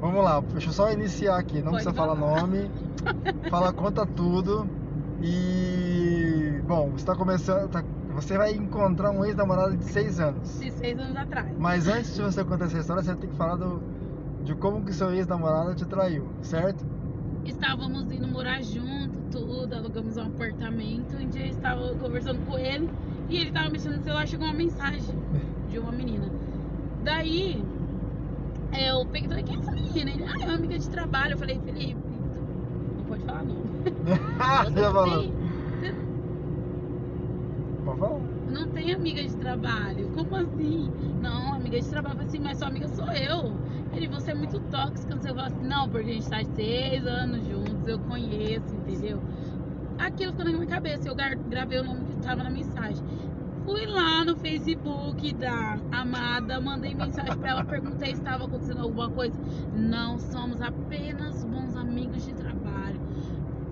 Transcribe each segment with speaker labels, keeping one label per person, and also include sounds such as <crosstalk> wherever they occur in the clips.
Speaker 1: Vamos lá, deixa eu só iniciar aqui. Não
Speaker 2: Pode
Speaker 1: precisa falar
Speaker 2: falar.
Speaker 1: nome. Fala, conta tudo. E. Bom, você tá começando. tá- você vai encontrar um ex-namorado de 6 anos.
Speaker 2: De seis anos atrás.
Speaker 1: Mas antes de você contar essa história, você tem que falar do, de como que seu ex-namorado te traiu, certo?
Speaker 2: Estávamos indo morar junto, tudo, alugamos um apartamento. Um dia eu estava conversando com ele e ele estava mexendo no celular, chegou uma mensagem de uma menina. Daí eu peguei e falei, quem é essa menina? Ele, ah, é uma amiga de trabalho. Eu falei, Felipe, não pode falar não.
Speaker 1: <laughs> Já
Speaker 2: Você não,
Speaker 1: falou.
Speaker 2: tem, você
Speaker 1: Pode falar?
Speaker 2: não tem amiga de trabalho. Como assim? Não, amiga de trabalho. Eu falei assim, mas sua amiga sou eu. Ele, você é muito tóxica. Você fala assim, não, porque a gente tá há seis anos juntos, eu conheço, entendeu? Aquilo ficou na minha cabeça. Eu gar- gravei o nome que estava na mensagem. Fui lá no Facebook da amada, mandei mensagem pra ela, perguntei se estava acontecendo alguma coisa. Não somos apenas bons amigos de trabalho.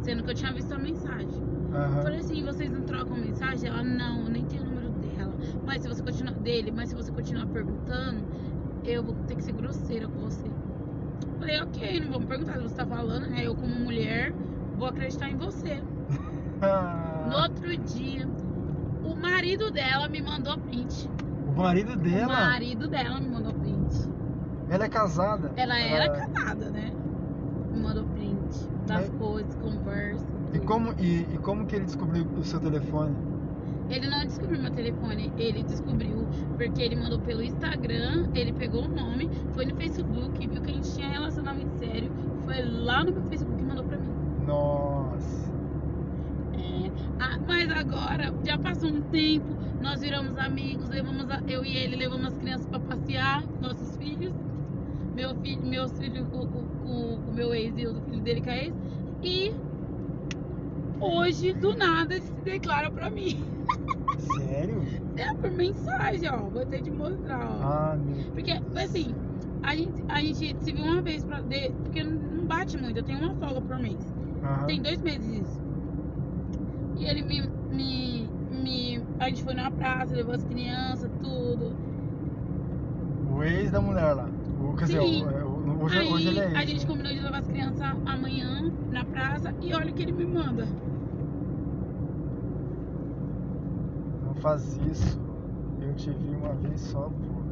Speaker 2: Sendo que eu tinha visto a mensagem. Eu
Speaker 1: Aham.
Speaker 2: Falei assim, vocês não trocam mensagem? Ela, não, eu nem tenho o número dela. Mas se você continuar dele, mas se você continuar perguntando, eu vou ter que ser grosseira com você. Falei, ok, não vamos perguntar se você tá falando, né? Eu como mulher vou acreditar em você.
Speaker 1: Ah,
Speaker 2: No outro dia, o marido dela me mandou print.
Speaker 1: O marido
Speaker 2: O
Speaker 1: dela,
Speaker 2: marido dela me mandou print.
Speaker 1: ela é casada. Ah,
Speaker 2: Ela era
Speaker 1: Ela-
Speaker 2: casada, né? Me mandou print das coisas, conversa.
Speaker 1: E
Speaker 2: tudo.
Speaker 1: como, e, e como que ele descobriu o seu telefone?
Speaker 2: Ele não descobriu meu telefone, ele descobriu porque ele mandou pelo Instagram, ele pegou o nome, foi no Facebook, viu que a gente tinha relacionamento sério, foi lá no meu Facebook e mandou pra mim.
Speaker 1: Nossa.
Speaker 2: É, ah, mas agora, já passou um tempo, nós viramos amigos, levamos a- eu e ele levamos as crianças pra passear, nossos filhos, meu filho, meus filhos com o meu ex e o filho dele com a ex, e hoje, do nada, ele se declara pra mim.
Speaker 1: Sério?
Speaker 2: É por mensagem, ó. Vou ter de mostrar, ó.
Speaker 1: Ah, meu.
Speaker 2: Porque, assim, a gente, a gente se viu uma vez pra. De, porque não bate muito, eu tenho uma folga por mês.
Speaker 1: Aham.
Speaker 2: Tem dois meses isso. E ele me, me, me. A gente foi numa praça, levou as crianças, tudo.
Speaker 1: O ex da mulher lá. O, quer dizer,
Speaker 2: Sim.
Speaker 1: o- é, o- hoje,
Speaker 2: Aí
Speaker 1: hoje ele é ex.
Speaker 2: a gente combinou de levar as crianças amanhã na praça e olha o que ele me manda. <laughs>
Speaker 1: Não faz isso. Eu te vi uma vez só, pô.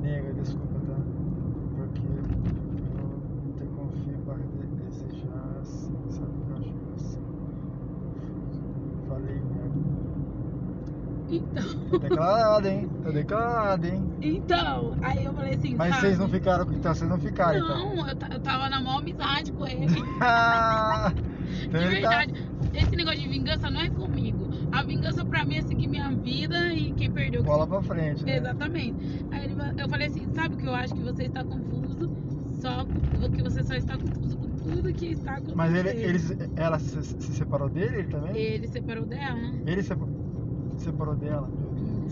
Speaker 1: Nega, desculpa, tá? Porque eu te confio para de- desejar, assim, sabe? Eu acho que assim. Falei mesmo.
Speaker 2: Então.
Speaker 1: Tá declarado, hein? Tá declarado, hein?
Speaker 2: Então, aí eu falei assim,
Speaker 1: Mas
Speaker 2: sabe?
Speaker 1: vocês não ficaram. Então vocês não ficaram, então.
Speaker 2: Não, eu, ta- eu tava na maior amizade
Speaker 1: <laughs>
Speaker 2: com ele.
Speaker 1: então
Speaker 2: De
Speaker 1: ele tá-
Speaker 2: verdade, esse negócio de vingança não é comigo. A vingança pra mim é seguir minha vida e quem perdeu. que
Speaker 1: Bola pra frente, né?
Speaker 2: Exatamente. Aí ele fa- eu falei assim, sabe o que eu acho que você está confuso? Só que você só está confuso com tudo que está acontecendo.
Speaker 1: Mas ele, eles, ela se, se separou dele, ele também?
Speaker 2: Ele separou dela. né?
Speaker 1: Ele se separou dela.
Speaker 2: Uhum.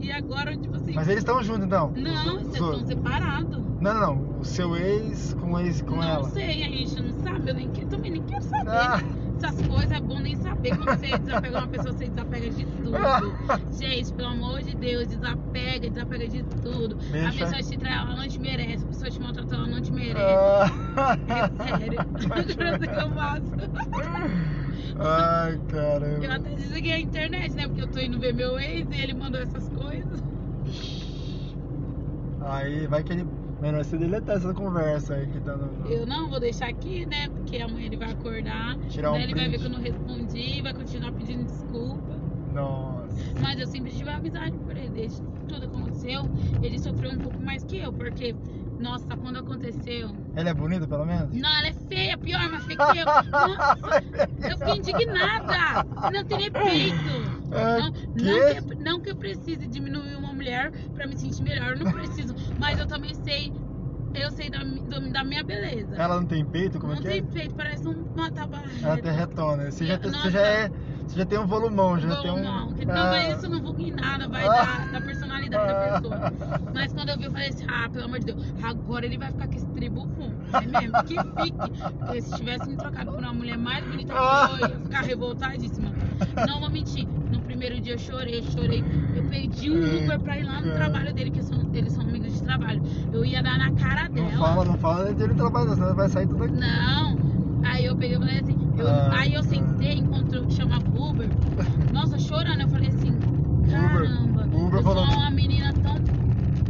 Speaker 2: E agora, tipo assim.
Speaker 1: Mas eles estão juntos então? Os
Speaker 2: Não,
Speaker 1: dois-
Speaker 2: vocês
Speaker 1: os dois.
Speaker 2: estão separados.
Speaker 1: Não, não, não. O seu ex com o ex com
Speaker 2: não
Speaker 1: ela.
Speaker 2: sei, a gente não sabe. Eu nem, que- também nem quero saber.
Speaker 1: Ah,
Speaker 2: Essas coisas é bom nem saber quando você desapega uma pessoa, você desapega de
Speaker 1: <laughs>
Speaker 2: tudo. Gente, pelo amor de Deus, desapega, desapega de tudo. A
Speaker 1: Deixa.
Speaker 2: pessoa te trai, ela não te merece. A pessoa te maltrata, ela não te merece. É
Speaker 1: ah.
Speaker 2: <laughs>
Speaker 1: <laughs>
Speaker 2: sério. Agora sei o que eu faço.
Speaker 1: Ai,
Speaker 2: Eu
Speaker 1: caramba.
Speaker 2: até desliguei a internet, né? Porque eu tô indo ver meu ex e ele mandou essas coisas.
Speaker 1: Aí vai que ele. Melhor você deletar essa conversa aí que tá no. no-
Speaker 2: Eu não vou deixar aqui, né? Porque amanhã ele vai acordar.
Speaker 1: Tirar
Speaker 2: daí
Speaker 1: um
Speaker 2: ele vai ver
Speaker 1: print.
Speaker 2: que eu não respondi, vai continuar pedindo desculpa.
Speaker 1: Nossa.
Speaker 2: Mas eu sempre tive amizade por ele. Desde que tudo aconteceu, ele sofreu um pouco mais que eu, porque, nossa, quando aconteceu.
Speaker 1: Ele é bonito, pelo menos?
Speaker 2: Não, ela é feia, pior, mas feia que eu. Nossa, eu fiquei indignada. Não teria peito.
Speaker 1: É,
Speaker 2: Não,
Speaker 1: quê?
Speaker 2: não, que, eu- não que eu precise diminuir uma mulher pra me sentir melhor, eu não preciso. Mas eu também sei, eu sei da, mi- do- da minha
Speaker 1: <laughs>
Speaker 2: beleza.
Speaker 1: Ela não tem peito? Como é
Speaker 2: não
Speaker 1: que
Speaker 2: tem
Speaker 1: é?
Speaker 2: peito, parece um matabarra.
Speaker 1: Ela tem retona. Você já,
Speaker 2: Eu-
Speaker 1: tem- você
Speaker 2: nossa.
Speaker 1: já é. Você já tem um volumão, já tem um.
Speaker 2: Não, que-
Speaker 1: Ah.
Speaker 2: não, mas isso não vulga em nada, vai
Speaker 1: Ah.
Speaker 2: da, da personalidade da pessoa. Mas quando eu vi, eu falei assim, ah, pelo amor de Deus, agora ele vai ficar com esse tribufum. É mesmo, que fique. Porque se tivesse me trocado por uma mulher mais bonita que eu, eu ia ficar revoltadíssima. Não vou mentir, no primeiro dia eu chorei, chorei.
Speaker 1: É.
Speaker 2: Eu perdi um Uber pra ir lá no trabalho dele, porque são- eles são amigos de trabalho. Eu ia dar na cara dela. ela.
Speaker 1: fala, <laughs> não fala nem dele trabalho, não, senão vai sair tudo aqui.
Speaker 2: Não. Aí eu peguei e falei assim. eu-
Speaker 1: Ah,
Speaker 2: aí eu sentei, encontrei o que chamava Uber. Nossa, chorando. Eu falei assim: caramba,
Speaker 1: Uber
Speaker 2: eu
Speaker 1: falando.
Speaker 2: sou uma menina tão,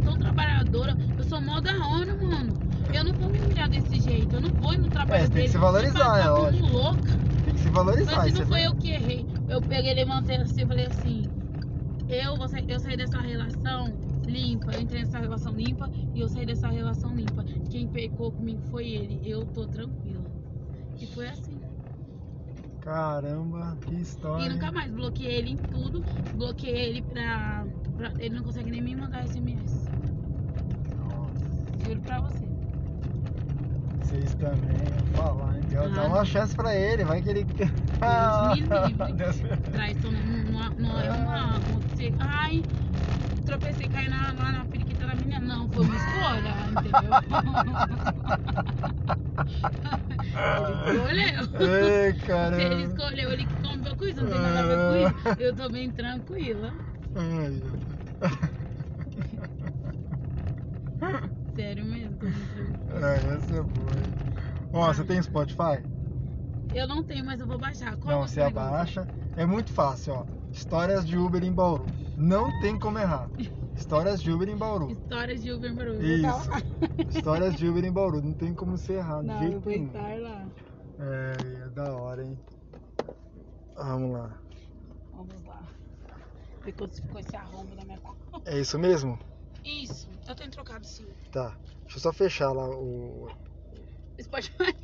Speaker 2: tão trabalhadora. Eu sou mó da hora, mano. Eu não vou me humilhar desse jeito. Eu não vou ir no trabalho
Speaker 1: É, tem que
Speaker 2: dele
Speaker 1: se valorizar,
Speaker 2: me passar
Speaker 1: é
Speaker 2: como
Speaker 1: lógico.
Speaker 2: louca.
Speaker 1: Tem que se
Speaker 2: Mas
Speaker 1: valorizar.
Speaker 2: se
Speaker 1: isso
Speaker 2: não
Speaker 1: é
Speaker 2: foi eu que errei. Eu peguei, levantei assim e falei assim. Eu, vou sair- eu saí dessa relação limpa, eu entrei nessa relação limpa e eu saí dessa relação limpa. Quem pecou comigo foi ele. Eu tô tranquila. E foi assim.
Speaker 1: Caramba, que história.
Speaker 2: E nunca mais bloqueei ele em tudo. Bloqueei ele pra, pra- Ele não consegue nem me mandar SMS.
Speaker 1: Nossa,
Speaker 2: Juro pra você.
Speaker 1: vocês também vão falar, hein? Deu- Dá
Speaker 2: Ah,
Speaker 1: uma
Speaker 2: não.
Speaker 1: chance pra ele, vai que ele. Deus
Speaker 2: me
Speaker 1: <laughs>
Speaker 2: livre.
Speaker 1: Ah. Deus me livre.
Speaker 2: Traição não, não, não é uma. Você, ai, tropecei, caí na, lá na periquita da menina. Não, foi uma escolha,
Speaker 1: <laughs>
Speaker 2: entendeu? Ele escolheu. <laughs>
Speaker 1: Ei,
Speaker 2: Se ele
Speaker 1: Eh, caramba. Eh.
Speaker 2: escolheu, ele que come meu coisa, não tem nada a ver com isso. Eu tô bem tranquila.
Speaker 1: Ai, Deus.
Speaker 2: Sério mesmo, tô bem tranquila.
Speaker 1: Ai, essa é boa. hein? Ó, você tem Spotify?
Speaker 2: Eu não tenho, mas eu vou baixar. Qual
Speaker 1: Não,
Speaker 2: você
Speaker 1: você abaixa. É muito fácil, ó. Histórias de Uber em Bauru. Não tem como errar. Histórias de Uber em Bauru.
Speaker 2: Histórias de Uber Baru.
Speaker 1: Isso.
Speaker 2: <laughs>
Speaker 1: Histórias de Uber em Bauru. Não tem como você errar de
Speaker 2: Não, eu
Speaker 1: jeito
Speaker 2: vou
Speaker 1: nenhum.
Speaker 2: estar lá.
Speaker 1: É, é da hora, hein? Vamos lá.
Speaker 2: Vamos lá. Ver quanto ficou esse arrombo na minha conta.
Speaker 1: É isso mesmo?
Speaker 2: Isso, eu tenho trocado sim.
Speaker 1: Tá. Deixa eu só fechar lá o,
Speaker 2: Spotify.